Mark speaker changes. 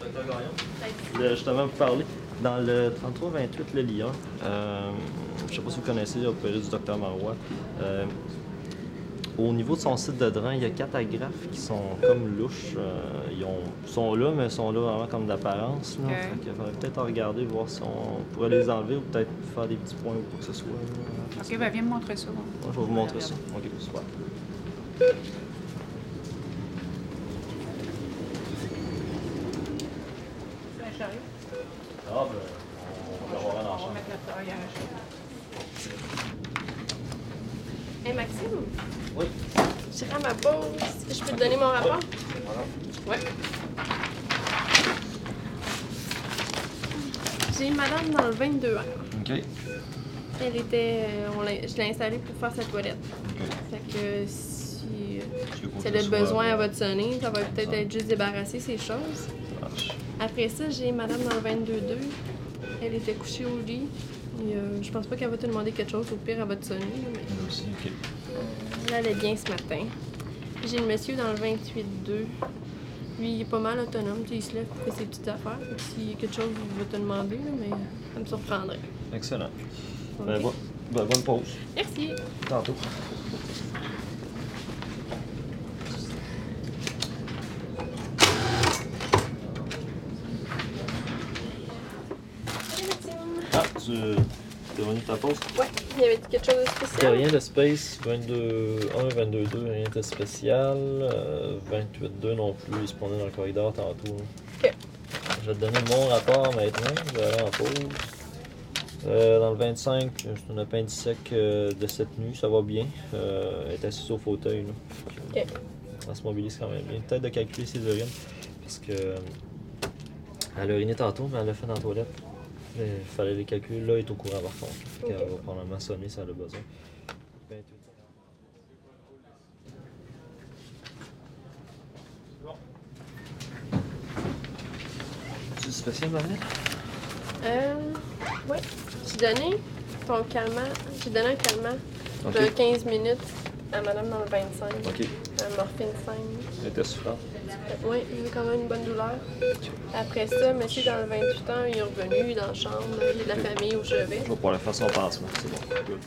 Speaker 1: Docteur Gagnon.
Speaker 2: voulais justement vous parler. Dans le 33-28, le Lyon, euh, je ne sais pas si vous connaissez l'opéra du Docteur Marois. euh, au niveau de son site de drain, il y a quatre agrafes qui sont comme louches. euh, ils ont- sont là, mais sont là vraiment comme d'apparence. là.
Speaker 3: Ok.
Speaker 2: Fait qu'il faudrait peut-être en regarder, voir si on pourrait les enlever ou peut-être faire des petits points ou quoi que ce soit. là.
Speaker 3: Ok, ben viens me montrer ça.
Speaker 2: Moi, je vais vous montrer ça. Ok, super. Ah, ben, on va voir dans la chambre.
Speaker 4: Hey Maxime,
Speaker 2: Oui.
Speaker 4: j'ai à ma pause. Je peux te donner mon rapport? Ouais. J'ai une madame dans le 22 ans.
Speaker 2: OK.
Speaker 4: Elle était. euh, on l'a- je l'ai installée pour faire sa toilette. Fait que si, si elle a
Speaker 2: euh,
Speaker 4: besoin, elle va te sonner. Ça va peut-être être juste débarrasser ces choses.
Speaker 2: Ah,
Speaker 4: Après ça, j'ai Madame dans le 22-2. Elle était couchée au lit. Et, euh, je pense pas qu'elle va te demander quelque chose. Au pire, elle va te sonner. Mais
Speaker 2: Elle aussi, OK.
Speaker 4: là, elle est bien ce matin. Puis J'ai le monsieur dans le 28-2. Lui, il est pas mal autonome. Tu sais, Il se lève pour faire ses petites affaires. Fait que S'il y a quelque chose, il va te demander. là, Mais euh, ça me surprendrait.
Speaker 2: Excellent.
Speaker 4: Ok?
Speaker 2: Ben, bon- ben, bonne pause.
Speaker 4: Merci.
Speaker 2: Tantôt.
Speaker 4: Salut, Maxime.
Speaker 2: Ah, tu es revenu de ta pause?
Speaker 4: Ouais, il y avait quelque chose de
Speaker 2: Il n'y a
Speaker 4: spécial.
Speaker 2: rien de space, 22, 1, 22, 2, rien de spécial. euh, 28, 2 non plus, il se promenait dans le corridor tantôt.
Speaker 4: Ok.
Speaker 2: Je vais te donner mon rapport maintenant, je vais aller en pause. Euh, dans le 25, c'est un appendice sec euh, de cette nuit, ça va bien. Euh, elle est assise au fauteuil. Là.
Speaker 4: Ok.
Speaker 2: Elle se mobilise quand même bien. Peut-être de calculer ses urines, parce que euh, elle a uriné tantôt, mais elle l'a fait dans la toilette. Il fallait les calculer, là, elle est au courant par contre. Fait qu'elle
Speaker 4: Ok.
Speaker 2: va probablement sonner si elle a besoin. 28. C'est spécial, Marielle?
Speaker 4: Euh, ouais. J'ai donné ton calmant. J'ai donné un calmant
Speaker 2: Ok.
Speaker 4: de 15 minutes à madame dans le 25.
Speaker 2: Ok,
Speaker 4: Un morphine 5.
Speaker 2: elle était souffrante.
Speaker 4: Oui, il y a quand même une bonne douleur. Après ça, monsieur dans le 28 ans, il est revenu dans la chambre. Il y a de la famille au chevet.
Speaker 2: Je vais pouvoir la faire son pansement, c'est bon.